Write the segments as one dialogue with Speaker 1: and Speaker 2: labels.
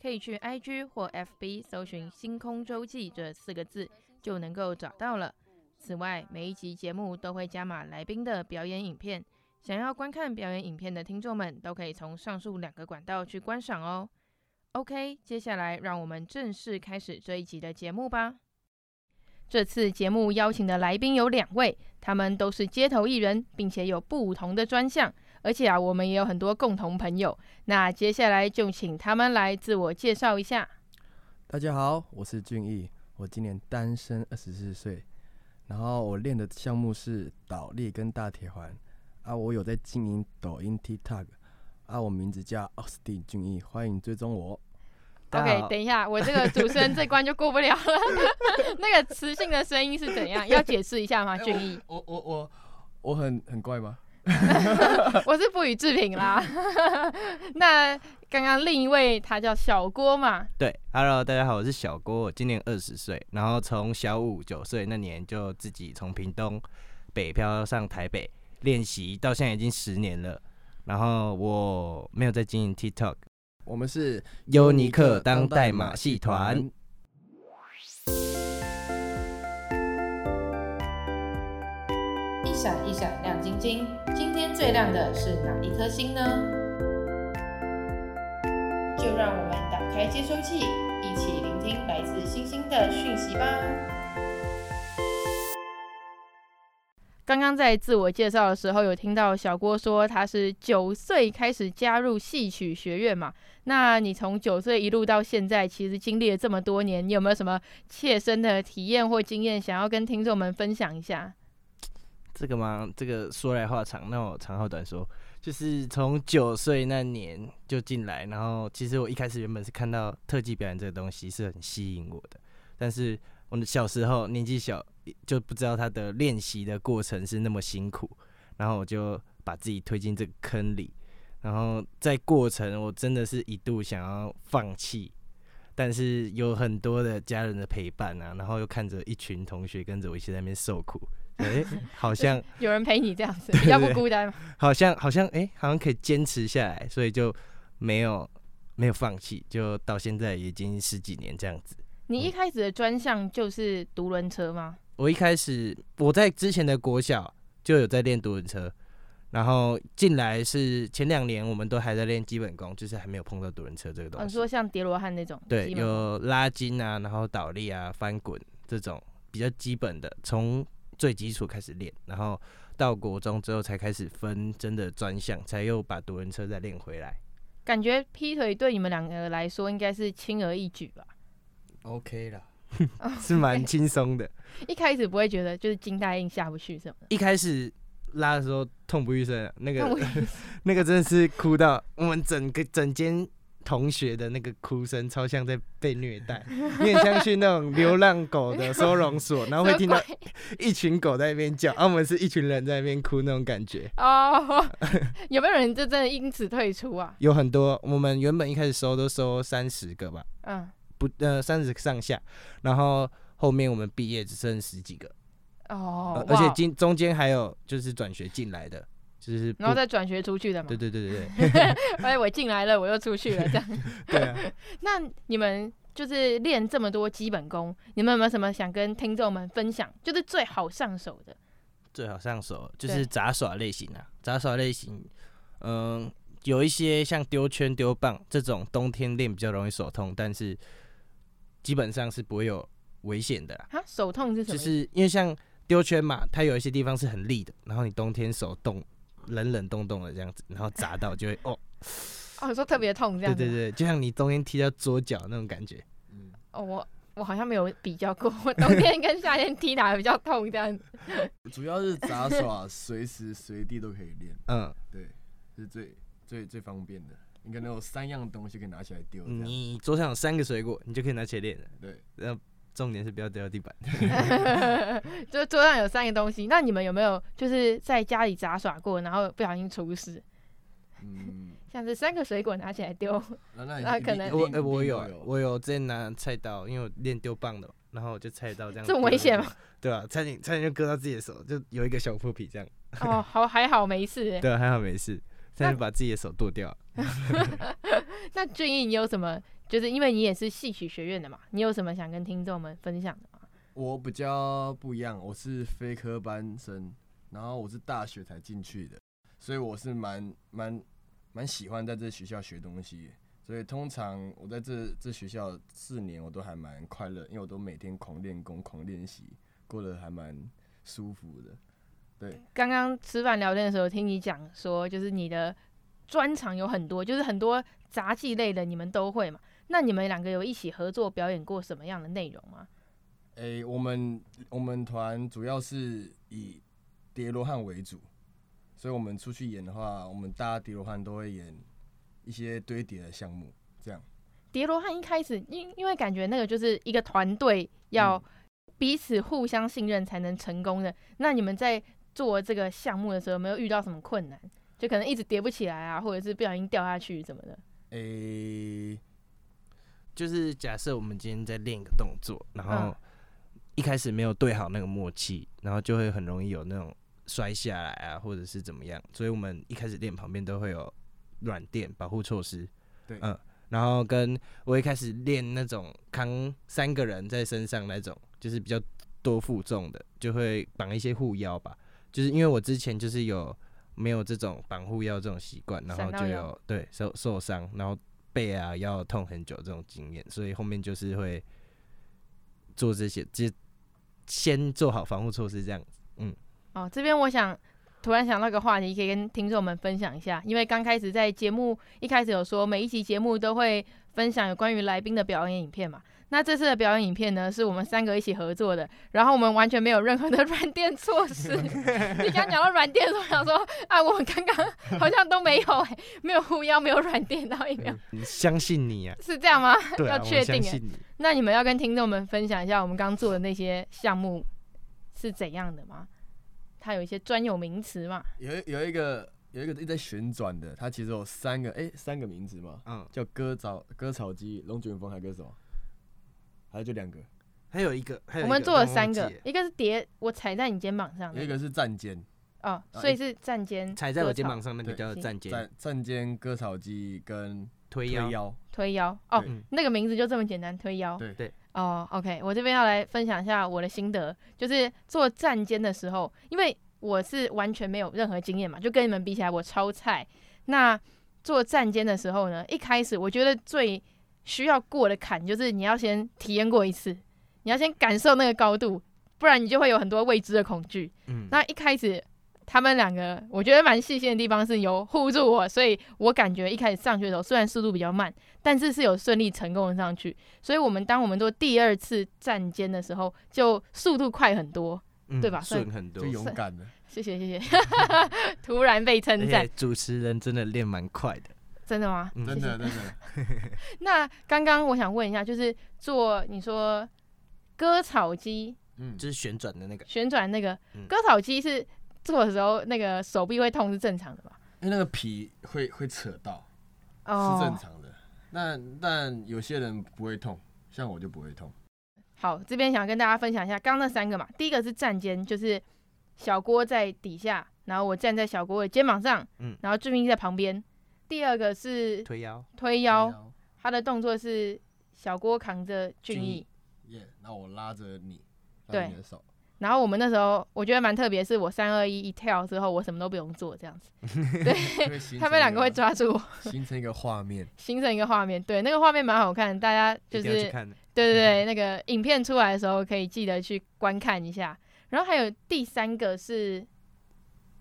Speaker 1: 可以去 IG 或 FB 搜寻“星空周记”这四个字，就能够找到了。此外，每一集节目都会加码来宾的表演影片，想要观看表演影片的听众们，都可以从上述两个管道去观赏哦。OK，接下来让我们正式开始这一集的节目吧。这次节目邀请的来宾有两位，他们都是街头艺人，并且有不同的专项，而且啊，我们也有很多共同朋友。那接下来就请他们来自我介绍一下。
Speaker 2: 大家好，我是俊逸，我今年单身二十四岁，然后我练的项目是倒立跟大铁环啊，我有在经营抖音 TikTok 啊，我名字叫奥斯汀俊逸，欢迎追踪我。
Speaker 3: 大家
Speaker 1: OK，
Speaker 3: 好
Speaker 1: 等一下，我这个主持人这关就过不了了。那个磁性的声音是怎样？要解释一
Speaker 3: 哎
Speaker 1: 下吗？俊逸，
Speaker 2: 我我我我很很怪吗？
Speaker 1: 我是不予置评啦。 那刚刚另一位他叫小郭嘛，
Speaker 3: 对
Speaker 4: ，Hello，大家好，我是小郭，我今年二十岁，然后从小五九岁那年就自己从屏东北漂上台北练习，到现在已经十年了。然后我没有在经营 TikTok，
Speaker 2: 我们是
Speaker 4: 尤尼克当代马戏团。
Speaker 1: 一闪一闪亮晶晶，今天最亮的是哪一颗星呢？就让我们打开接收器，一起聆听来自星星的讯息吧。刚刚在自我介绍的时候，有听到小郭说他是九岁开始加入戏曲学院嘛？那你从九岁一路到现在，其实经历了这么多年，你有没有什么切身的体验或经验想要跟听众们分享一下？
Speaker 4: 这个吗？这个说来话长，那我长话短说，就是从九岁那年就进来，然后其实我一开始原本是看到特技表演这个东西是很吸引我的，但是我的小时候年纪小，就不知道他的练习的过程是那么辛苦，然后我就把自己推进这个坑里，然后在过程我真的是一度想要放弃。但是有很多的家人的陪伴啊，然后又看着一群同学跟着我一起在那边受苦，哎、好像
Speaker 1: 有人陪你这样子，
Speaker 4: 对
Speaker 1: 比较不
Speaker 4: 对
Speaker 1: 孤单嘛。
Speaker 4: 好像好像哎、诶好像可以坚持下来，所以就没有没有放弃，就到现在已经十几年这样子。
Speaker 1: 你一开始的专项就是独轮车吗？
Speaker 4: 我一开始我在之前的国小就有在练独轮车，然后进来是前两年我们都还在练基本功，就是还没有碰到独轮车这个
Speaker 1: 嗯、
Speaker 4: 东西。
Speaker 1: 说像叠罗汉那种，
Speaker 4: 啊对，
Speaker 1: 基本上
Speaker 4: 有拉筋啊，然后倒立啊、翻滚这种比较基本的，从最基础开始练，然后到国中之后才开始分真的专项，才又把独轮车再练回来。
Speaker 1: 感觉劈腿对你们两个来说应该是轻而易举吧？
Speaker 4: OK 啦，是蛮轻松的。
Speaker 1: 一开始不会觉得就是金大印下不去什么
Speaker 4: 一开始拉的时候痛不欲生啊，那
Speaker 1: 的，那
Speaker 4: 个
Speaker 1: 我
Speaker 4: 那个真的是哭到我们整个整间同学的那个哭声，超像在被虐待，有点像去那种流浪狗的收容 所，然后会听到
Speaker 1: 什么鬼
Speaker 4: 一群狗在那边叫，啊，我们是一群人在那边哭那种感觉。
Speaker 1: 哦， 有没有人就真的因此退出啊？
Speaker 4: 有很多，我们原本一开始收都收三十个吧，
Speaker 1: 嗯，
Speaker 4: 不呃三十上下，然后后面我们毕业只剩十几个。呃
Speaker 1: 哦，
Speaker 4: 而且
Speaker 1: 哇
Speaker 4: 今中间还有就是转学进来的，就是不
Speaker 1: 然后再转学出去的嘛
Speaker 4: 对，对对 对对
Speaker 1: 哎，我进来了，我又出去了，这样。
Speaker 4: 对啊！
Speaker 1: 那你们就是练这么多基本功，你们有没有什么想跟听众们分享？就是最好上手的，
Speaker 4: 最好上手就
Speaker 1: 对
Speaker 4: 是杂耍类型啊，杂耍类型，嗯、有一些像丢圈、丢棒这种，冬天练比较容易手痛，但是基本上是不会有危险的啦，啊
Speaker 1: 哈，啊手痛是什
Speaker 4: 就
Speaker 1: 么意思？
Speaker 4: 是因为像丢圈嘛，它有一些地方是很利的，然后你冬天手冻，冷冷冻冻的这样子，然后砸到就会哦，
Speaker 1: 哦，你说特别痛 这
Speaker 4: 对
Speaker 1: 样子。
Speaker 4: 对对，就像你冬天踢到桌脚那种感觉。
Speaker 1: 哦，我我好像没有比较过， 我冬天跟夏天踢哪个比较痛这样子。
Speaker 2: 主要是杂耍，随时随地都可以练，
Speaker 4: 嗯，
Speaker 2: 对，是最最最方便的。应该能有三样东西可以拿起来丢，这样
Speaker 4: 你桌上有三个水果，你就可以拿起来练了。
Speaker 2: 对。
Speaker 4: 然后重点是不要掉到地板。
Speaker 1: 就桌上有三个东西，那你们有没有就是在家里杂耍过，然后不小心出事？
Speaker 2: 嗯，
Speaker 1: 像是三个水果拿起来 丢，
Speaker 2: 那那
Speaker 1: 那
Speaker 2: 一定
Speaker 1: 可能
Speaker 2: 一定
Speaker 4: 我
Speaker 2: 一定
Speaker 4: 呃我
Speaker 2: 会
Speaker 4: 有
Speaker 2: 有，
Speaker 4: 我有之前拿菜刀，因为我练丢棒的，然后我就菜刀这样。
Speaker 1: 这么危险吗？？
Speaker 4: 对啊，差点差点就割到自己的手，就有一个小破皮这样。
Speaker 1: 哦，好还好没事欸。
Speaker 4: 对啊，还好没事，
Speaker 1: 那
Speaker 4: 差点把自己的手剁掉。啊
Speaker 1: 那俊逸，你有什么？就是因为你也是戏曲学院的嘛，你有什么想跟听众们分享的吗？
Speaker 2: 我比较不一样，我是非科班生，然后我是大学才进去的，所以我是蛮蛮蛮喜欢在这学校学东西的。所以通常我在这这学校四年，我都还蛮快乐，因为我都每天狂练功、狂练习，过得还蛮舒服的。
Speaker 1: 刚刚吃饭聊天的时候，听你讲说，就是你的专长有很多，就是很多杂技类的，你们都会嘛。那你们两个有一起合作表演过什么样的内容吗？
Speaker 2: 诶、我们我们团主要是以叠罗汉为主，所以我们出去演的话，我们大家叠罗汉都会演一些堆叠的项目，这样。
Speaker 1: 叠罗汉一开始，因因为感觉那个就是一个团队要彼此互相信任才能成功的。那你们在做这个项目的时候，有没有遇到什么困难？就可能一直叠不起来啊，或者是不小心掉下去什么的。
Speaker 2: 诶、
Speaker 4: 就是假设我们今天在练一个动作，然
Speaker 1: 嗯
Speaker 4: 后一开始没有对好那个默契，然后就会很容易有那种摔下来啊，或者是怎么样。所以我们一开始练旁边都会有软垫保护措施。
Speaker 2: 对
Speaker 4: 嗯，然后跟我一开始练那种扛三个人在身上那种，就是比较多负重的，就会绑一些护腰吧。就是因为我之前就是有没有这种绑护腰这种习惯，然
Speaker 1: 闪
Speaker 4: 后
Speaker 1: 到
Speaker 4: 就
Speaker 1: 腰
Speaker 4: 有对受受伤，然后背啊腰痛很久这种经验，所以后面就是会做这些，就先做好防护措施这样。
Speaker 1: 哦，这边我想突然想到一个话题，可以跟听众们分享一下，因为刚开始在节目一开始有说，每一期节目都会分享有关于来宾的表演影片嘛。那这次的表演影片呢，是我们三个一起合作的，然后我们完全没有任何的 软垫措施。你刚讲到软垫的时候，我想说，啊，我们刚刚好像都没有、欸，没有护腰，没有软垫，然后也没有，
Speaker 4: 嗯相信 你啊，
Speaker 1: 是这样吗？
Speaker 4: 对啊，
Speaker 1: 要
Speaker 4: 我
Speaker 1: 确定
Speaker 4: 相
Speaker 1: 欸
Speaker 4: 信你。
Speaker 1: 那你们要跟听众们分享一下我们刚做的那些项目是怎样的吗？它有一些专有名词嘛？
Speaker 2: 有一有一个有一个一直在旋转的，它其实有三个诶、三个名字嘛，
Speaker 4: 嗯，
Speaker 2: 叫割草割草机、龙卷风，还有个什么？还有就两个，
Speaker 4: 还有一个，还有
Speaker 1: 我
Speaker 4: 一
Speaker 1: 们
Speaker 4: 个
Speaker 1: 做了
Speaker 4: 但我
Speaker 1: 三
Speaker 4: 忘记
Speaker 1: 个，一个是叠，我踩在你肩膀上
Speaker 2: 有一
Speaker 1: 的，
Speaker 2: 个是站肩，
Speaker 1: 哦，
Speaker 2: 啊
Speaker 1: 所以
Speaker 2: 一
Speaker 1: 是站肩，
Speaker 4: 踩在我
Speaker 1: 割
Speaker 4: 肩
Speaker 1: 草
Speaker 4: 膀上面，那个
Speaker 2: 对
Speaker 4: 叫做站肩
Speaker 2: 站站肩、割草机跟
Speaker 4: 推
Speaker 2: 推
Speaker 4: 腰。
Speaker 2: 腰。
Speaker 1: 推腰，哦
Speaker 2: 对
Speaker 4: 嗯，
Speaker 1: 那个名字就这么简单，推腰。
Speaker 2: 对
Speaker 4: 对。
Speaker 1: 哦，OK，我这边要来分享一下我的心得，就是做站肩的时候，因为我是完全没有任何经验嘛，就跟你们比起来，我超菜。那做站肩的时候呢，一开始我觉得最需要过的坎就是你要先体验过一次，你要先感受那个高度，不然你就会有很多未知的恐惧。
Speaker 4: 嗯，
Speaker 1: 那一开始他们两个，我觉得蛮细心的地方是有护住我，所以我感觉一开始上去的时候，虽然速度比较慢，但是是有顺利成功的上去。所以我们当我们做第二次站肩的时候，就速度快很多。
Speaker 4: 嗯
Speaker 1: 对吧
Speaker 4: 顺很多
Speaker 2: 最。勇敢的，
Speaker 1: 谢谢谢 谢， 突然被
Speaker 4: 而
Speaker 1: 称赞
Speaker 4: 且，哎主持人真的练蛮快的，
Speaker 1: 真的吗？
Speaker 4: 嗯
Speaker 2: 真的真的，
Speaker 1: 那刚刚我想问一下，就是做你说割草机
Speaker 2: 嗯，
Speaker 4: 就是旋转的那个，
Speaker 1: 旋转那个
Speaker 4: 嗯
Speaker 1: 割草机是做的时候那个手臂会痛是正常的吗？
Speaker 2: 因为那个皮会会扯到，
Speaker 1: 哦，
Speaker 2: 是正常的。但但有些人不会痛，像我就不会痛。
Speaker 1: 好，这边想跟大家分享一下，刚刚那三个嘛，第一个是站肩，就是小郭在底下，然后我站在小郭的肩膀上，
Speaker 4: 嗯
Speaker 1: 然后俊英在旁边。第二个是
Speaker 4: 推腰，
Speaker 1: 推腰，，他的动作是小郭扛着俊
Speaker 4: 俊
Speaker 1: 逸
Speaker 4: 逸，
Speaker 2: 耶，那我拉着你，
Speaker 1: 对
Speaker 2: 拉着你的手，
Speaker 1: 然后我们那时候我觉得蛮特别，是我三二一一跳之后，我什么都不用做这样子，
Speaker 2: 就会形
Speaker 1: 他
Speaker 2: 成
Speaker 1: 们
Speaker 2: 一
Speaker 1: 两个会抓住我，
Speaker 2: 形成一个画面。
Speaker 1: 形成一个画面，对，那个画面蛮好看，大家就
Speaker 4: 一定要去
Speaker 1: 是
Speaker 4: 看的。
Speaker 1: 对对对，那个影片出来的时候可以记得去观看一下。然后还有第三个是，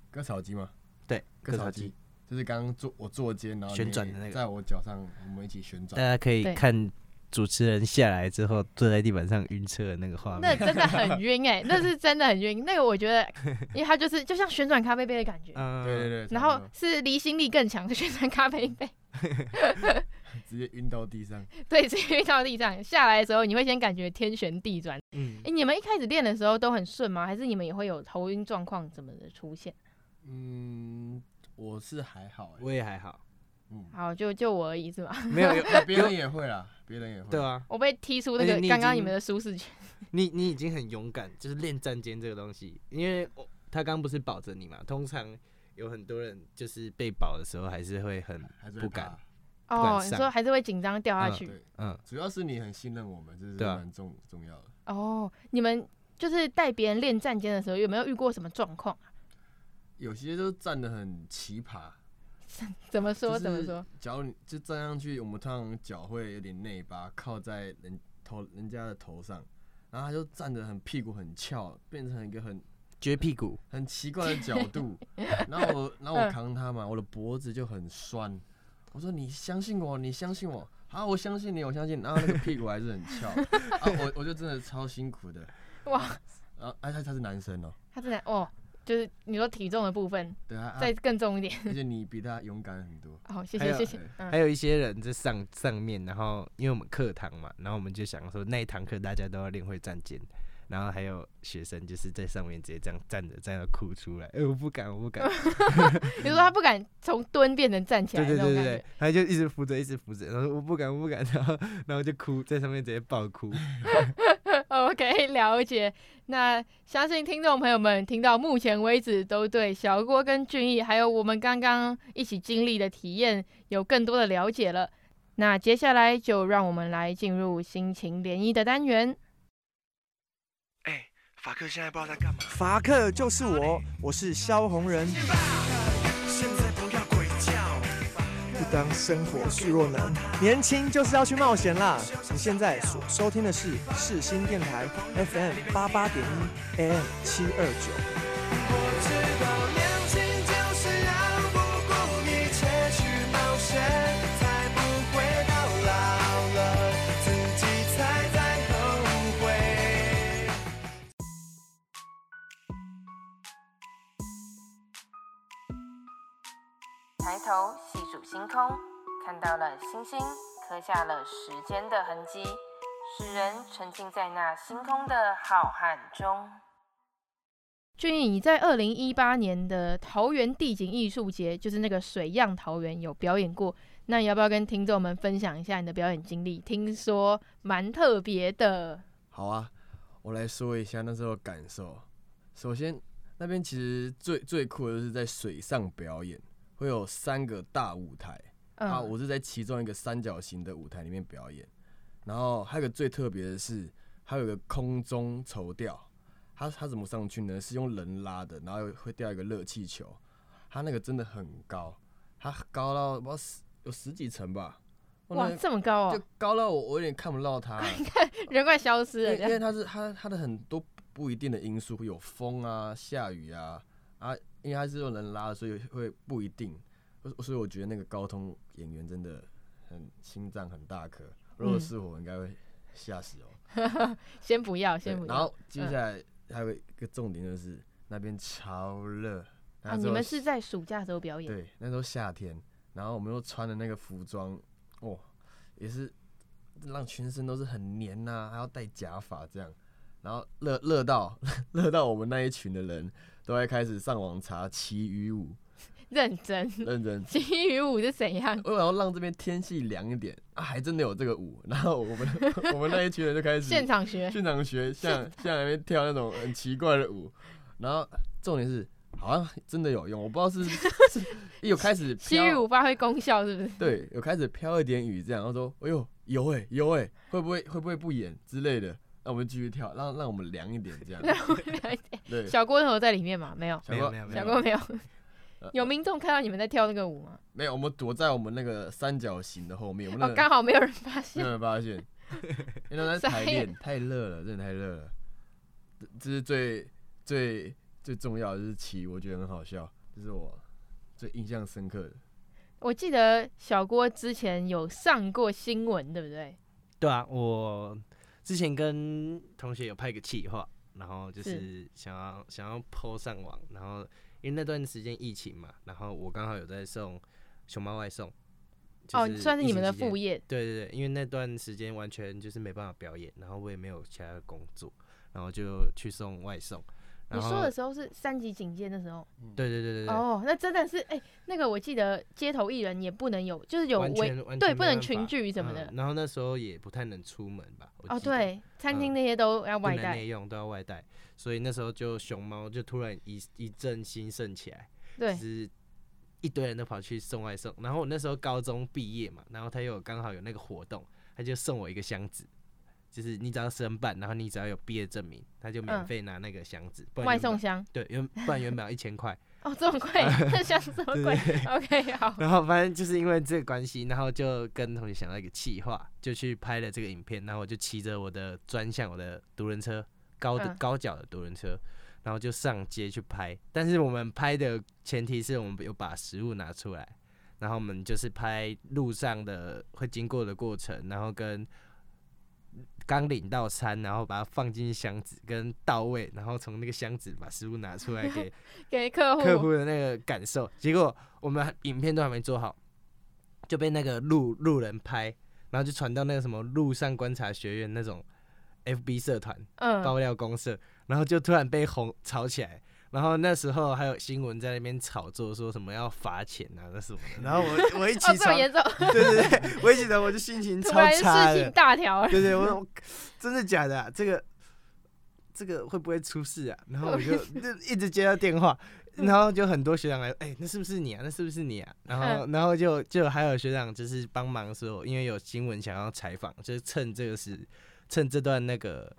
Speaker 2: 割草机吗？
Speaker 4: 对，
Speaker 2: 割
Speaker 4: 割
Speaker 2: 草
Speaker 4: 草
Speaker 2: 机
Speaker 4: 机，
Speaker 2: 就是刚刚坐我坐肩，然后
Speaker 4: 旋
Speaker 2: 你
Speaker 4: 转的那个
Speaker 2: 在我脚上，我们一起旋
Speaker 4: 大
Speaker 2: 转。
Speaker 4: 家可
Speaker 1: 对
Speaker 4: 以看主持人下来之后坐在地板上晕车的那个画
Speaker 1: 那
Speaker 4: 面。
Speaker 1: 真的很晕哎、那是真的很晕。那个我觉 得，因为它就是就像旋转咖啡杯的感觉，
Speaker 4: 嗯
Speaker 2: 对对对，
Speaker 1: 然
Speaker 2: 差
Speaker 1: 后
Speaker 2: 不
Speaker 1: 是离心力更强的旋转咖啡杯，
Speaker 2: 多直接晕到地上，
Speaker 1: 对，直接遇到地上下来的时候，你会先感觉天旋地转。
Speaker 4: 嗯
Speaker 1: 哎、你们一开始练的时候都很顺吗？还是你们也会有头晕状况怎么的出现？
Speaker 2: 嗯，我是还好欸，
Speaker 4: 我也还好，
Speaker 2: 嗯，
Speaker 1: 好，就就我而已是吗？
Speaker 4: 没有 有
Speaker 2: 别人也会啦，别人也会，
Speaker 4: 对，啊，
Speaker 1: 我被踢出那
Speaker 4: 而且
Speaker 1: 个
Speaker 4: 你已
Speaker 1: 刚刚你
Speaker 4: 经
Speaker 1: 们的舒适圈。
Speaker 4: 你你已经很勇敢，就是练站肩这个东西，因为我他刚不是保着你嘛，通常有很多人就是被保的时候还是会很
Speaker 2: 还是会
Speaker 4: 不
Speaker 2: 怕
Speaker 4: 敢，不敢
Speaker 1: 哦，你
Speaker 4: 上
Speaker 1: 说还是会紧张掉下
Speaker 4: 嗯
Speaker 1: 去。
Speaker 2: 对，
Speaker 4: 嗯
Speaker 2: 主要是你很信任我们，这是
Speaker 4: 对啊
Speaker 2: 蛮重重要的。
Speaker 1: 哦，你们就是带别人练站肩的时候，有没有遇过什么状况啊？
Speaker 2: 有些就站得很奇葩，
Speaker 1: 怎么说？
Speaker 2: 就
Speaker 1: 怎么
Speaker 2: 是
Speaker 1: 说？
Speaker 2: 假如你就站上去，我们通常脚会有点内八，靠在人头人家的头上，然后他就站得很屁股很翘，变成一个很
Speaker 4: 撅屁股，
Speaker 2: 很奇怪的角 度。然后我然后我
Speaker 1: 嗯
Speaker 2: 扛他嘛，我的脖子就很酸。我说你相信我，你相信我，好，我相信你，我相信你。然后那个屁股还是很 翘，啊，我我就真的超辛苦的。
Speaker 1: 哇，
Speaker 2: 然后而且他是男生哦、
Speaker 1: 他真的哦，就是你说体重的部分，
Speaker 2: 对啊，啊
Speaker 1: 再更重一点。
Speaker 2: 而且你比他勇敢很多。
Speaker 1: 哦，谢
Speaker 4: 还
Speaker 1: 谢
Speaker 4: 有
Speaker 1: 谢谢
Speaker 2: 对。
Speaker 4: 还
Speaker 1: 嗯，
Speaker 4: 有一些人在上上面，然后因为我们课堂嘛，然后我们就想说那一堂课大家都要练会站肩，然后还有学生就是在上面直接这样站着，站到哭出来，哎、我不敢，我不敢，
Speaker 1: 你说他不敢从蹲变成站起来
Speaker 4: 对
Speaker 1: 那
Speaker 4: 对
Speaker 1: 种
Speaker 4: 对
Speaker 1: 感觉
Speaker 4: 对对，，他就一直扶着，一直扶着，然后说我不敢，我不敢，然后然后就哭，在上面直接爆哭。
Speaker 1: OK，了 解。那相信听众朋友们听到目前为止，都对小郭跟俊逸，还有我们刚刚一起经历的体验，有更多的了解了。那接下来就让我们来进入心情涟漪的单元。
Speaker 3: 哎，法克现在不知道在干嘛。
Speaker 5: 法克就是我，我是萧红人。
Speaker 3: 现在不要鬼叫，
Speaker 5: 不当生活是弱男，年轻就是要去冒险啦！你现在所收听的是世新电台 FM 八八点一 AM 七二九。
Speaker 3: 我知道年轻就是要不顾一切去冒险，才不会到老了自己才在后悔。
Speaker 1: 抬头细数星空，看到了星星，刻下了时间的痕迹，使人沉浸在那星空的浩瀚中。俊逸，你在二零一八年的桃园地景艺术节，就是那个水漾桃园，有表演过。那你要不要跟听众们分享一下你的表演经历？听说蛮特别的。
Speaker 2: 好啊，我来说一下那时候的感受。首先，那边其实最最酷的就是在水上表演，会有三个大舞台、
Speaker 1: 嗯，
Speaker 2: 啊，我是在其中一个三角形的舞台里面表演。然后还有个最特别的是，还有一个空中浮吊，它它怎么上去呢？是用人拉的，然后会吊一个热气球，它那个真的很高，它高到不知道十有十几层吧，
Speaker 1: 哇，
Speaker 2: 那个
Speaker 1: 这么高
Speaker 2: 就
Speaker 1: 哦，
Speaker 2: 高到我我有点看不到它。
Speaker 1: 人快消失了
Speaker 2: 因
Speaker 1: 这
Speaker 2: 为因为
Speaker 1: 样。
Speaker 2: 它是它它的很多不一定的因素，会有风啊、下雨啊啊，因为它是用人拉的，所以会不一定。所以我觉得那个高通演员真的很心脏很大颗，如果
Speaker 1: 嗯
Speaker 2: 是我，应该会吓死哦。
Speaker 1: 先不要，先不
Speaker 2: 对
Speaker 1: 要。
Speaker 2: 然后接下来还有一个重点就是那边超热，
Speaker 1: 啊，
Speaker 2: 那时
Speaker 1: 你
Speaker 2: 候
Speaker 1: 们是在暑假的时候表演？
Speaker 2: 对那时候夏天，然后我们又穿的那个服装，哦，也是让全身都是很黏呐、还要戴假发这样，然后热热到 热到我们那一群的人都在开始上网查旗语舞，
Speaker 1: 认真。
Speaker 2: 认真。
Speaker 1: 金鱼舞是怎样？
Speaker 2: 我想要让这边天气凉一点啊，还真的有这个舞。然后我们 我们那一群人就开始
Speaker 1: 现场学，
Speaker 2: 现场学像像那边跳那种很奇怪的舞，然后重点是好像真的有用，我不知道是 是一有 开始
Speaker 1: 金鱼
Speaker 2: 飘，
Speaker 1: 舞发挥功效是不是？
Speaker 2: 对，有开始飘一点雨这样，然后说哎呦有哎、有哎、会不会会不会不演之类的，那我们继续跳，让让我们凉一点这样， 对，
Speaker 1: 小郭有在里面吗？没有，
Speaker 2: 小郭
Speaker 4: 没有没
Speaker 1: 小
Speaker 4: 有
Speaker 1: 郭没有
Speaker 2: 呃。
Speaker 1: 有民众看到你们在跳那个舞吗？
Speaker 2: 没有，我们躲在我们那个三角形的后面，我们那
Speaker 1: 哦，
Speaker 2: 个
Speaker 1: 刚好没有人发
Speaker 2: 没有
Speaker 1: 现。
Speaker 2: 人发现，因为那是
Speaker 1: 傻
Speaker 2: 排练
Speaker 1: 眼，
Speaker 2: 太热了，真的太热了。这这是最最最重要的，就是骑，我觉得很好笑，这是我最印象深刻的。
Speaker 1: 我记得小郭之前有上过新闻，对不对？
Speaker 4: 对啊，我之前跟同学有拍个企划，然后就是想要想要 PO 上网，然后因为那段时间疫情嘛，然后我刚好有在送熊猫外送。就
Speaker 1: 哦，算是
Speaker 4: 疫
Speaker 1: 你
Speaker 4: 情
Speaker 1: 们的
Speaker 4: 期间
Speaker 1: 副业，
Speaker 4: 对对对，因为那段时间完全就是没办法表演，然后我也没有其他的工作，然后就去送外送。
Speaker 1: 你
Speaker 4: 然后
Speaker 1: 说的时候是三级警戒的时候
Speaker 4: 对对对对对，
Speaker 1: 哦，那真的是哎、那个我记得街头艺人也不能有，就是有
Speaker 4: 完
Speaker 1: 围
Speaker 4: 全完全
Speaker 1: 对
Speaker 4: 没
Speaker 1: 不能
Speaker 4: 办
Speaker 1: 群
Speaker 4: 法
Speaker 1: 聚什么的、
Speaker 4: 嗯然后那时候也不太能出门吧？我
Speaker 1: 哦，
Speaker 4: 记得，
Speaker 1: 对，餐厅
Speaker 4: 嗯
Speaker 1: 那些都要
Speaker 4: 不
Speaker 1: 外
Speaker 4: 能
Speaker 1: 带，
Speaker 4: 内用都要外带，所以那时候就熊猫就突然一一阵兴盛起来，就
Speaker 1: 对，
Speaker 4: 是一堆人都跑去送外送。然后我那时候高中毕业嘛，然后他又有刚好有那个活动，他就送我一个箱子，就是你只要申办，然后你只要有毕业证明，他就免
Speaker 1: 嗯
Speaker 4: 费拿那个箱子。不然
Speaker 1: 外
Speaker 4: 原本
Speaker 1: 送箱
Speaker 4: 对，原不然原本要一千块，
Speaker 1: 哦，这么 贵，这箱这么贵，OK 好，
Speaker 4: 然后反正就是因为这个关系，然后就跟同学想到一个企划，就去拍了这个影片。然后我就骑着我的专项，我的独轮车，高的、
Speaker 1: 嗯
Speaker 4: 高脚的独轮车，然后就上街去拍。但是我们拍的前提是我们有把食物拿出来，然后我们就是拍路上的会经过的过程，然后跟刚领到餐，然后把它放进箱子，跟到位，然后从那个箱子把食物拿出来给
Speaker 1: 给客户
Speaker 4: 客户的那个感受。结果我们还影片都还没做好，就被那个路路人拍，然后就传到那个什么路上观察学院那种 FB 社团
Speaker 1: 嗯，
Speaker 4: 爆料公社，然后就突然被红吵起来。然后那时候还有新闻在那边炒作，说什么要罚钱啊，那什么的。然后我我一
Speaker 1: 哦这
Speaker 4: 起
Speaker 1: 么
Speaker 4: 床，
Speaker 1: 严重，
Speaker 4: 对对对，我一起床我就心情
Speaker 1: 突
Speaker 4: 超
Speaker 1: 然
Speaker 4: 差
Speaker 1: 事
Speaker 4: 的
Speaker 1: 情。大条了，
Speaker 4: 对 对，我我真的假的、啊？这个这个会不会出事啊？然后我就就一直接到电话，然后就很多学长来，哎、那是不是你啊？那是不是你啊？然后然后就就还有学长就是帮忙说，因为有新闻想要采访，就是趁这个时趁这段那个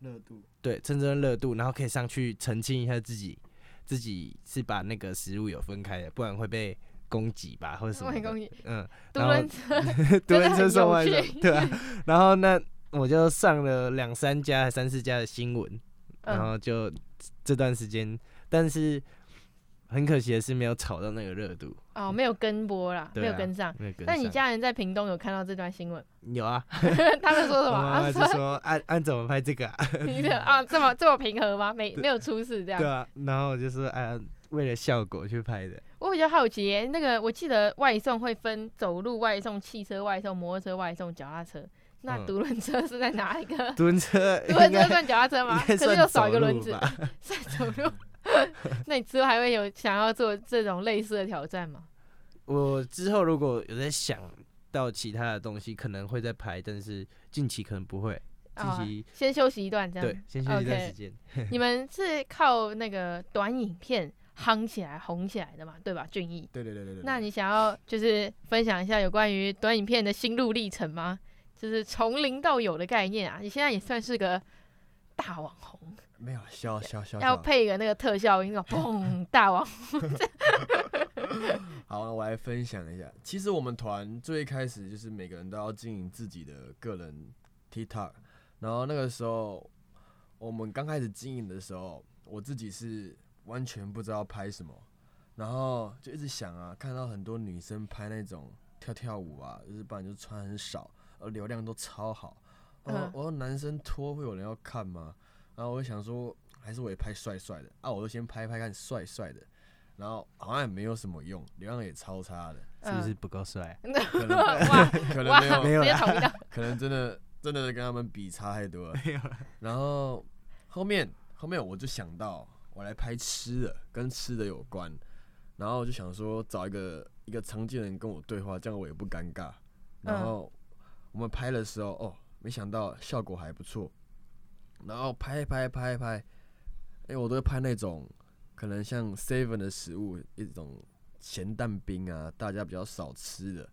Speaker 2: 热度
Speaker 4: 对趁这段热度，然后可以上去澄清一下自己自己是把那个食物有分开的，不然会被攻击吧或者 什么
Speaker 1: 外公
Speaker 4: 的。嗯，
Speaker 1: 独
Speaker 4: 然后
Speaker 1: 轮车
Speaker 4: 独
Speaker 1: 真
Speaker 4: 轮
Speaker 1: 的
Speaker 4: 车
Speaker 1: 很
Speaker 4: 送
Speaker 1: 有
Speaker 4: 外送
Speaker 1: 趣，
Speaker 4: 对啊。然后那我就上了两三家、还三四家的新闻，然
Speaker 1: 嗯
Speaker 4: 后就这段时间，但是很可惜的是没有炒到那个热度，
Speaker 1: 哦没有跟播啦，
Speaker 4: 对
Speaker 1: 没有
Speaker 4: 啊
Speaker 1: 跟上。
Speaker 4: 没有跟
Speaker 1: 那你
Speaker 4: 上
Speaker 1: 家人在屏东有看到这段新闻？
Speaker 4: 有啊？
Speaker 1: 他们说
Speaker 4: 我
Speaker 1: 什么？
Speaker 4: 妈
Speaker 1: 啊
Speaker 4: 妈哦就 说按按怎么拍这个啊？
Speaker 1: 你 的啊，这么这么平和吗？没没有出事这样
Speaker 4: 对。啊，然后我就说哎呀，为了效果去拍 的，
Speaker 1: 我比较好奇耶、那个我记得外送会分走路外送、汽车外送、摩托车外送、脚踏车，那
Speaker 4: 嗯
Speaker 1: 独轮车是在哪一 个？
Speaker 4: 蹲车
Speaker 1: 独轮
Speaker 4: 应
Speaker 1: 车
Speaker 4: 该
Speaker 1: 算脚踏车
Speaker 4: 应
Speaker 1: 吗？
Speaker 4: 该
Speaker 1: 可是又
Speaker 4: 算
Speaker 1: 少一个
Speaker 4: 走
Speaker 1: 轮
Speaker 4: 路
Speaker 1: 子，
Speaker 4: 吧？
Speaker 1: 算走路。 那你之后还会有想要做这种类似的挑战吗？
Speaker 4: 我之后如果有在想到其他的东西，可能会再拍，但是近期可能不会。
Speaker 1: 啊
Speaker 4: 近期
Speaker 1: 先休息一段这样。
Speaker 4: 对，先休息一段
Speaker 1: OK
Speaker 4: 时间。
Speaker 1: 你们是靠那个短影片夯起来、红起来的嘛，对吧？俊逸，
Speaker 2: 对对对对对。
Speaker 1: 那你想要就是分享一下有关于短影片的心路历程吗？就是从零到有的概念啊，你现在也算是个大网红，
Speaker 2: 没有小小小
Speaker 1: 要
Speaker 2: 小。
Speaker 1: 配一个那个特效 音，那种砰，大网红
Speaker 2: 好，那我来分享一下。其实我们团最一开始就是每个人都要经营自己的个人 TikTok，然后那个时候我们刚开始经营的时候，我自己是完全不知道拍什么，然后就一直想啊，看到很多女生拍那种跳跳舞啊，就是不然就穿很少，而流量都超好。我
Speaker 1: 嗯
Speaker 2: 我说男生脱会有人要看吗？然后我就想说，还是我也拍帅帅的啊，我就先拍拍看帅帅的。然后好像也没有什么用，流量也超差的，
Speaker 1: 嗯
Speaker 4: 是不是不够帅？
Speaker 2: 可能
Speaker 1: 哇
Speaker 2: 可能
Speaker 1: 哇，
Speaker 2: 没
Speaker 1: 直
Speaker 2: 有，
Speaker 4: 有
Speaker 1: 接
Speaker 4: 啦
Speaker 1: 同意到，
Speaker 2: 可能真的真的跟他们比差太多了。然后后面后面我就想到，我来拍吃的，跟吃的有关。然后我就想说找一个一个常见人跟我对话，这样我也不尴尬。然
Speaker 1: 嗯
Speaker 2: 后我们拍的时候，哦，没想到效果还不错。然后拍拍拍拍，哎、我都会拍那种可能像 Seven 的食物，一种咸蛋冰啊，大家比较少吃的。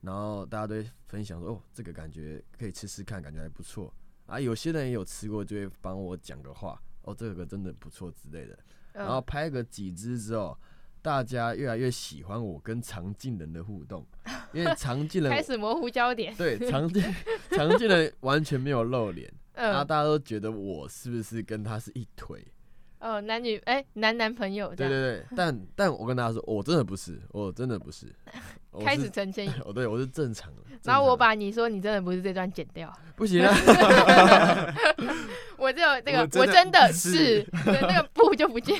Speaker 2: 然后大家都会分享说，哦，这个感觉可以吃吃看，感觉还不错。啊，有些人也有吃过，就会帮我讲个话，哦，这个真的不错之类的。然后
Speaker 1: 嗯
Speaker 2: 拍个几支之后，大家越来越喜欢我跟常进人的互动，因为常进人
Speaker 1: 开始模糊焦点。
Speaker 2: 对常进常进人完全没有露脸，然 后
Speaker 1: 嗯
Speaker 2: 大家都觉得我是不是跟他是一腿？
Speaker 1: 哦，男女哎、男男朋友这
Speaker 2: 对
Speaker 1: 样
Speaker 2: 对对，但但我跟大家说，我真的不是，我真的不是，我
Speaker 1: 开始
Speaker 2: 是，
Speaker 1: 澄 清，
Speaker 2: 我对我是正常的。
Speaker 1: 然后我
Speaker 2: 正常
Speaker 1: 把你说你真的不是这段剪掉，
Speaker 2: 的不行啊，
Speaker 1: 我只有那个
Speaker 4: 我真的
Speaker 1: 我真的
Speaker 4: 不
Speaker 1: 是
Speaker 4: 是
Speaker 1: 对那个不就不见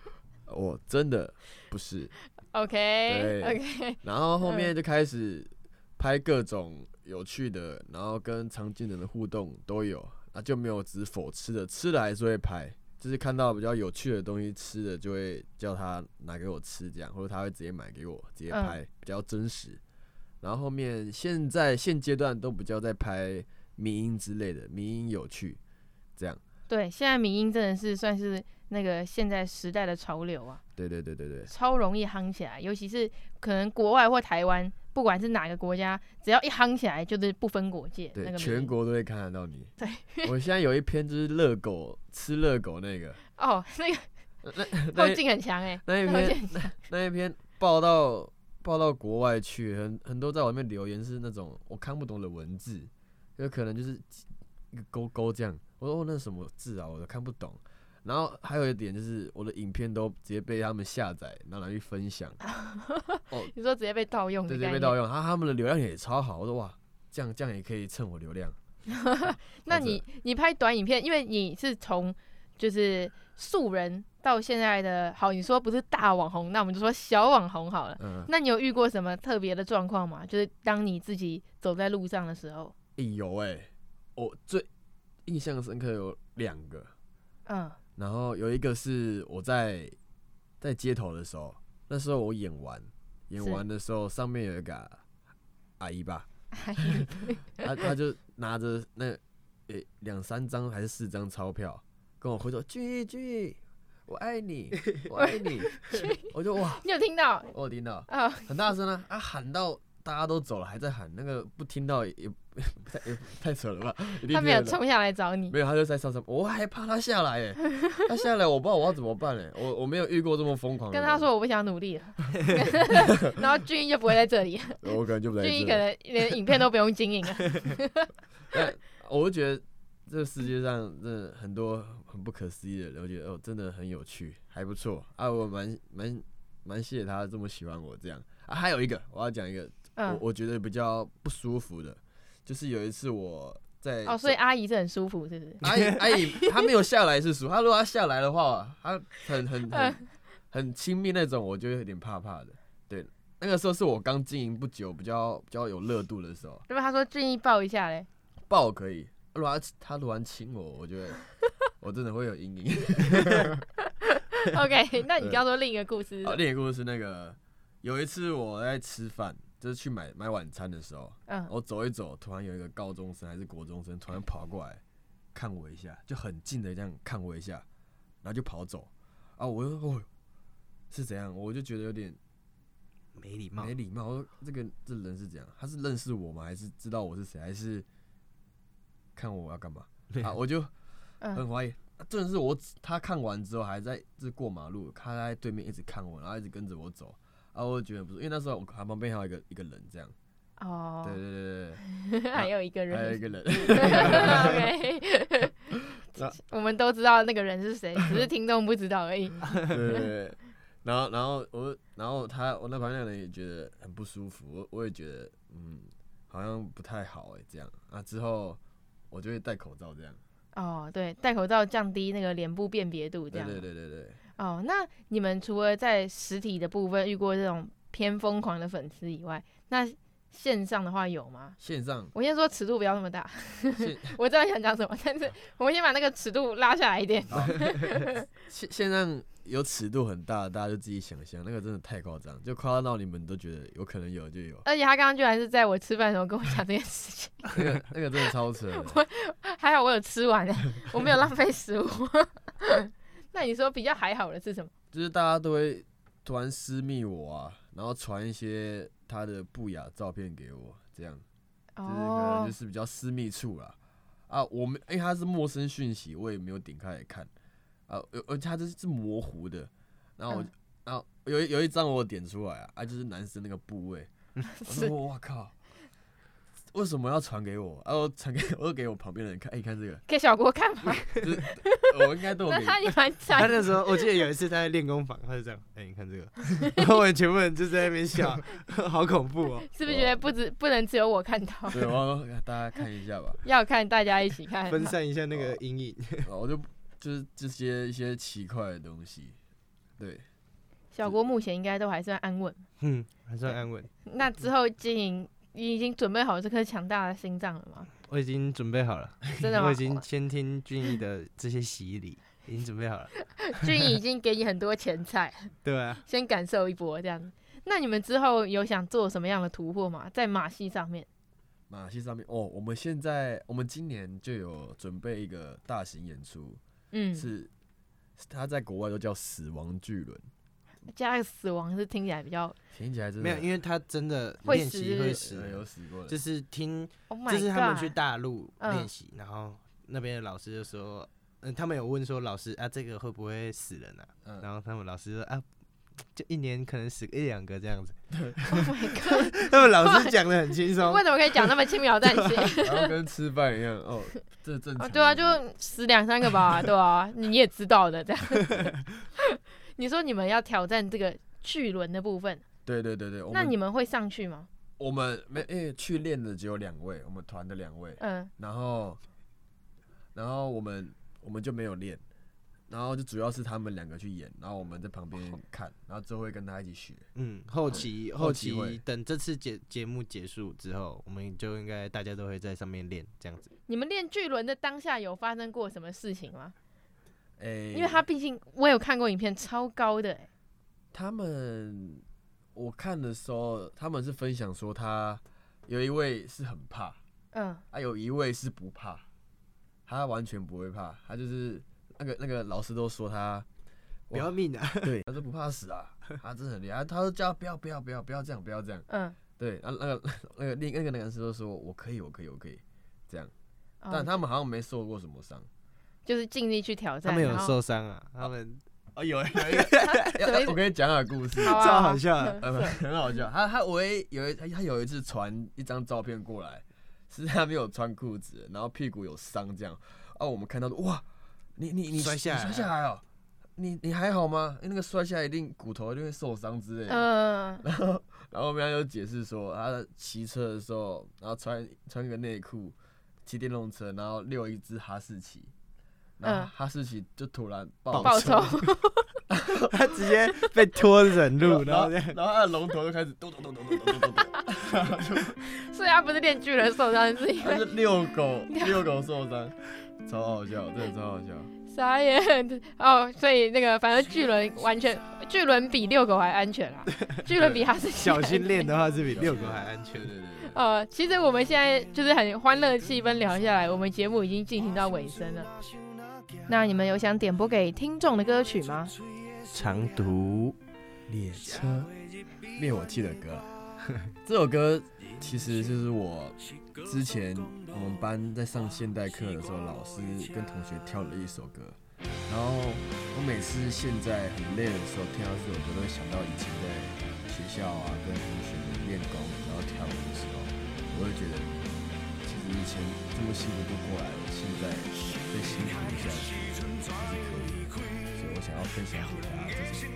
Speaker 2: 我真的不是。
Speaker 1: ，OK OK，
Speaker 2: 然后
Speaker 1: 嗯
Speaker 2: 后面就开始拍各种有趣的，然后跟常见人的互动都有，啊就没有只否吃的，吃的还是会拍，就是看到比较有趣的东西吃的就会叫他拿给我吃这样，或者他会直接买给我直接
Speaker 1: 嗯
Speaker 2: 拍，比较真实。然后后面现在现阶段都比较在拍迷音之类的，迷音有趣这样，
Speaker 1: 对，现在民音真的是算是那个现在时代的潮流啊，
Speaker 2: 对对对对对，
Speaker 1: 超容易夯起来，尤其是可能国外或台湾，不管是哪个国家，只要一夯起来就是不分国界，那
Speaker 2: 对，
Speaker 1: 个
Speaker 2: 全
Speaker 1: 名
Speaker 2: 国都会看得到你。
Speaker 1: 对，
Speaker 2: 我现在有一篇就是热狗吃热狗那个，
Speaker 1: 哦，那个
Speaker 2: 那
Speaker 1: 后劲很强哎、
Speaker 2: 那一
Speaker 1: 后劲
Speaker 2: 篇
Speaker 1: 很强，
Speaker 2: 那一篇报到报到国外去，很很多在我那边留言是那种我看不懂的文字，有可能就是一个勾勾这样。我说哦，那是什么字啊，我都看不懂。然后还有一点就是我的影片都直接被他们下载，然后拿去分享，
Speaker 1: 你说直接被盗用的啊概
Speaker 2: 对，直接
Speaker 1: 念，
Speaker 2: 被盗用。啊他他们的流量也超好，我说哇，这样这样也可以蹭我流量。
Speaker 1: 那
Speaker 2: 或者
Speaker 1: 你你拍短影片，因为你是从就是素人到现在的好，你说不是大网红，那我们就说小网红好了。
Speaker 2: 嗯，
Speaker 1: 那你有遇过什么特别的状况吗？就是当你自己走在路上的时候，
Speaker 2: 欸有哎、我最印象深刻有两个，
Speaker 1: 嗯
Speaker 2: 然后有一个是我在在街头的时候，那时候我演完，演
Speaker 1: 是
Speaker 2: 完的时候上面有一个阿姨吧，她她就拿着那诶两、三张还是四张钞票跟我挥手，俊逸俊逸，我 爱你，我爱你，我就哇，
Speaker 1: 你有听到
Speaker 2: 我有听到
Speaker 1: 啊、
Speaker 2: 很大声啊，啊喊到。大家都走了，还在喊，那个不听到也 也太也太扯了吧？一定
Speaker 1: 他没
Speaker 2: 听
Speaker 1: 有
Speaker 2: 得到
Speaker 1: 冲下来找你
Speaker 2: 没有，他就在上上，我害怕他下来哎，他下来我不知道我要怎么办哎，我我没有遇过这么疯狂的
Speaker 1: 跟
Speaker 2: 人。
Speaker 1: 他说我不想努力了， 然后俊逸就不会在这里，
Speaker 2: 对，我可能就不在
Speaker 1: 俊逸
Speaker 2: 这
Speaker 1: 可
Speaker 2: 了。
Speaker 1: 能连影片都不用经 营了。
Speaker 2: 但我就觉得这世界上真的很多很不可思议的人，我觉得哦真的很有趣，还不错啊，我蛮蛮蛮谢谢他这么喜欢我这样啊。还有一个我要讲一个，我
Speaker 1: 嗯，
Speaker 2: 我觉得比较不舒服的，就是有一次我在
Speaker 1: 哦，所以阿姨是很舒服，是不是？
Speaker 2: 阿姨，阿姨，她没有下来是数，她如果她下来的话，她很很很很亲密那种，我就会有点怕怕的。对，那个时候是我刚经营不久，比较比较有热度的时候，
Speaker 1: 那么他说俊逸抱一下 嘞，
Speaker 2: 抱可以，如果她她突然亲我，我就会，我真的会有阴影。
Speaker 1: OK，那你
Speaker 2: 对
Speaker 1: 刚说另一个故事是
Speaker 2: 好，
Speaker 1: 什么，
Speaker 2: 另一个故事，那个有一次我在吃饭，就是去买买晚餐的时候，
Speaker 1: 嗯，
Speaker 2: 我走一走，突然有一个高中生还是国中生突然跑过来看我一下，就很近的这样看我一下，然后就跑走。啊，我就哦是怎样？我就觉得有点
Speaker 4: 没礼貌
Speaker 2: 没，礼貌。我说这个这人是怎样？他是认识我吗？还是知道我是谁？还是看我要干嘛？啊，我就
Speaker 1: 嗯
Speaker 2: 很怀疑。啊真的是我只，他看完之后还在就是过马路，他在对面一直看我，然后一直跟着我走。啊，我就觉得不是，因为那时候我旁边还有一个一个人这样。
Speaker 1: 哦
Speaker 2: 对，对对对 啊
Speaker 1: 还有一个
Speaker 2: 对，还有
Speaker 1: 人
Speaker 2: 一个人。
Speaker 1: ，OK，
Speaker 2: 那
Speaker 1: 我们都知道那个人是谁，只是听众不知道而已。
Speaker 2: 对对 对， 然后然后我然后他我那旁边的人也觉得很不舒服，我我也觉得嗯好像不太好哎、这样啊之后我就会戴口罩这样，
Speaker 1: 哦，对，戴口罩降低那个脸部辨别度，这
Speaker 2: 对
Speaker 1: 样。啊
Speaker 2: 对对对对，
Speaker 1: 哦，那你们除了在实体的部分遇过这种偏疯狂的粉丝以外，那线上的话有吗？
Speaker 2: 线上
Speaker 1: 我先说尺度不要那么大，
Speaker 2: 线
Speaker 1: 我知道你想讲什么，但是我们先把那个尺度拉下来一点。
Speaker 2: 线线上有尺度很大，大家就自己想象，那个真的太夸张，就夸张到你们都觉得有可能有就有，
Speaker 1: 而且他刚刚居然是在我吃饭的时候跟我讲这件事情。
Speaker 2: 那个那个真的超扯的，
Speaker 1: 还 好我有吃完呢，我没有浪费食物。 那你说比较还好的是什么？
Speaker 2: 就是大家都会突然私密我啊，然后传一些他的不雅照片给我，这样。就是可
Speaker 1: 哦
Speaker 2: 能就，是比较私密处啦。啊，我们因为它是陌生讯息，我也没有点开来看。啊，而而且它这是模糊的，然后我、
Speaker 1: 嗯
Speaker 2: 啊，有一有一张我有点出来啊，啊就是男生那个 部位，我说
Speaker 1: 是
Speaker 2: 我靠，为什么要传给我？啊，我传给我给我旁边的人看，哎、你看这个，呃
Speaker 1: 给小郭看 吧，
Speaker 2: 我应该都有
Speaker 1: 那
Speaker 2: 给，
Speaker 1: 他也蛮
Speaker 4: 他
Speaker 1: 惨。
Speaker 4: 那时候，我记得有一次他在练功房，他就这样，哎、你看这个，然后我们全部人就在那边笑， 好恐 怖哦。
Speaker 1: 是不是觉得不止不能只有我看到，
Speaker 2: 对，我要说大家看一下吧，
Speaker 1: 要看大家一起看？
Speaker 4: 分散一下那个阴影。
Speaker 2: 啊我就就是这些一些奇怪的东西，对，
Speaker 1: 小郭目前应该都还算安稳。
Speaker 4: 嗯，还算安稳。
Speaker 1: 那之后经营，你已经准备好这颗强大的心脏了 吗？
Speaker 4: 我已经准备好了，
Speaker 1: 真的吗
Speaker 4: 我已？经先听俊逸的这些洗礼，已经准备好了。
Speaker 1: 俊逸已经给你很多钱财，
Speaker 4: 对啊，
Speaker 1: 先感受一波这样子。那你们之后有想做什么样的突破吗？在马戏上面，
Speaker 2: 马戏上面哦，我们现在我们今年就有准备一个大型演出，
Speaker 1: 嗯，
Speaker 2: 是是他在国外都叫死亡巨轮，
Speaker 1: 加个死亡是听起来比较
Speaker 2: 听起来真的
Speaker 4: 没有，因为他真的
Speaker 1: 会
Speaker 4: 练习
Speaker 1: 死
Speaker 4: 会
Speaker 2: 呃有
Speaker 4: 死，
Speaker 2: 死过的，
Speaker 4: 就是听，
Speaker 1: ，Oh my god！
Speaker 4: 就是他们去大陆
Speaker 1: 嗯
Speaker 4: 练习，然后那边的老师就说，嗯，他们有问说老师啊，这个会不会死人啊？
Speaker 2: 嗯
Speaker 4: 然后他们老师说啊，就一年可能死个一两个这样 子。
Speaker 1: Oh my
Speaker 4: 他们老师讲的很轻
Speaker 1: god！
Speaker 4: 松
Speaker 1: 为，什么可以讲那么轻描淡写？
Speaker 2: 然后跟吃饭一样哦，这正
Speaker 1: 啊，
Speaker 4: 嗯
Speaker 2: 常。
Speaker 1: 对啊，就死两三个 吧，对啊，你也知道的，这样。 你说你们要挑战这个巨轮的部分，
Speaker 2: 对对对对，我
Speaker 1: 那
Speaker 2: 们
Speaker 1: 你们会上去吗？
Speaker 2: 我们没诶、去练的只有两位，我们团的两位，
Speaker 1: 嗯，
Speaker 2: 然后然后我们我们就没有练，然后就主要是他们两个去演，然后我们在旁边
Speaker 1: 哦
Speaker 2: 看，然后之后会跟他一起学。
Speaker 4: 嗯，后期
Speaker 2: 后
Speaker 4: 后
Speaker 2: 期
Speaker 4: 期
Speaker 2: 会
Speaker 4: 等这次节节目结束之后，我们就应该大家都会在上面练这样子。
Speaker 1: 你们练巨轮的当下有发生过什么事情吗？
Speaker 2: 诶、
Speaker 1: 因为
Speaker 4: 嗯
Speaker 1: 他毕竟我有看过影片，超高的、欸，
Speaker 2: 他们我看的时候，他们是分享说他有一位是很怕，
Speaker 1: 嗯，
Speaker 2: 啊有一位是不怕，他完全不会怕，他就是那个那个老师都说他。
Speaker 4: 不要命啊！
Speaker 2: 对，他说不怕死啊，他真的很厉害。他说叫他不要不要不要不要这样不要这样。
Speaker 1: 嗯，
Speaker 2: 对，啊那个那个另那个男生就说我可以我可以我可以这样，
Speaker 1: 哦
Speaker 2: 但他们好像没受过什么伤。
Speaker 1: 就是尽力去挑
Speaker 4: 他
Speaker 1: 战，
Speaker 4: 们有
Speaker 1: 然后
Speaker 4: 受伤啊，他们
Speaker 2: 哦有，
Speaker 1: 什么意思
Speaker 2: 我跟你讲点故事，
Speaker 1: 好啊
Speaker 4: 超
Speaker 1: 好啊
Speaker 4: 好笑啊
Speaker 1: 嗯
Speaker 2: 呃 很好笑。他他唯一有一他他有一次传一张照片过来，是他没有穿裤子，然后屁股有伤这样。哦，我们看到说哇，你你你
Speaker 4: 摔下
Speaker 2: 你
Speaker 4: 来
Speaker 2: 摔下来哦，你你还好吗？那个摔下来一定骨头一定会受伤之类
Speaker 4: 呃
Speaker 1: 嗯，
Speaker 2: 的。然后然后后面他就解释说，他骑车的时候，然后穿穿个内裤，骑电动车，然后遛一只哈士奇，
Speaker 1: 嗯
Speaker 2: 然
Speaker 4: 呃
Speaker 2: 后哈士奇就突然
Speaker 1: 报
Speaker 2: 暴
Speaker 1: 仇，
Speaker 4: 他直接被拖忍路，
Speaker 2: 然
Speaker 4: 然
Speaker 2: 后
Speaker 4: 后这
Speaker 2: 然后
Speaker 4: 样
Speaker 2: 他的龙头就开始咚咚咚咚咚咚 咚咚咚，
Speaker 1: 所以他不是练巨人受伤，是因
Speaker 2: 他
Speaker 1: 为
Speaker 2: 是遛狗遛狗受伤，超好笑，真的超好笑。
Speaker 1: 傻眼哦，所以那个反正巨轮完全巨轮比遛狗还安 全啦，啊巨轮比哈士奇
Speaker 4: 小心练
Speaker 1: 安全。
Speaker 4: 的话是比遛狗还安全
Speaker 2: 对。对对对，
Speaker 1: 呃，其实我们现在就是很欢乐的气氛聊下来，我们节目已经进行到尾声了。那你们有想点播给听众的歌曲吗？
Speaker 4: 长途
Speaker 2: 列车灭火器的歌 啊，这首歌其实就是我之前我们班在上现代课的时候，老师跟同学跳了一首歌，然后我每次现在很累的时候听到这首歌，都会想到以前在学校啊跟同学们练功，然后跳舞的时候，我会觉得其实以前这么辛苦都过来了，现在再辛苦一下还是可以的，所以我想要分享给大家这首歌。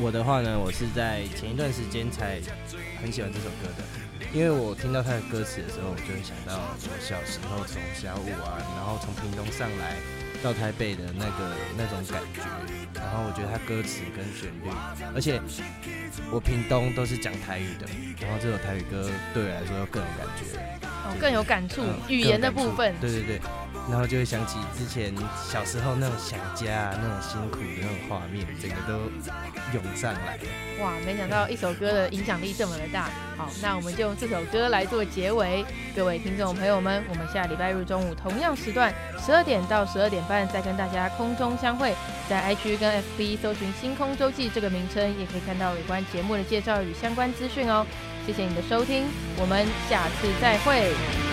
Speaker 4: 我的话呢，我是在前一段时间才很喜欢这首歌的，因为我听到它的歌词的时候，我就会想到我小时候从小武啊，然后从屏东上来到台北的那个那种感觉，然后我觉得它歌词跟旋律，而且我屏东都是讲台语的，然后这首台语歌对我来说又更有感觉，
Speaker 1: 哦，更有感触
Speaker 4: 嗯，
Speaker 1: 语言的部分。
Speaker 4: 对对对，然后就会想起之前小时候那种想家、啊、那种辛苦的那种画面，整个都涌上来了。
Speaker 1: 哇，没想到一首歌的影响力这么的大。好，那我们就用这首歌来做结尾。各位听众朋友们，我们下礼拜日中午同样时段，十二点到十二点半再跟大家空中相会。在 IG 跟 FB 搜寻“星空周记”这个名称，也可以看到有关节目的介绍与相关资讯哦。谢谢你的收听，我们下次再会。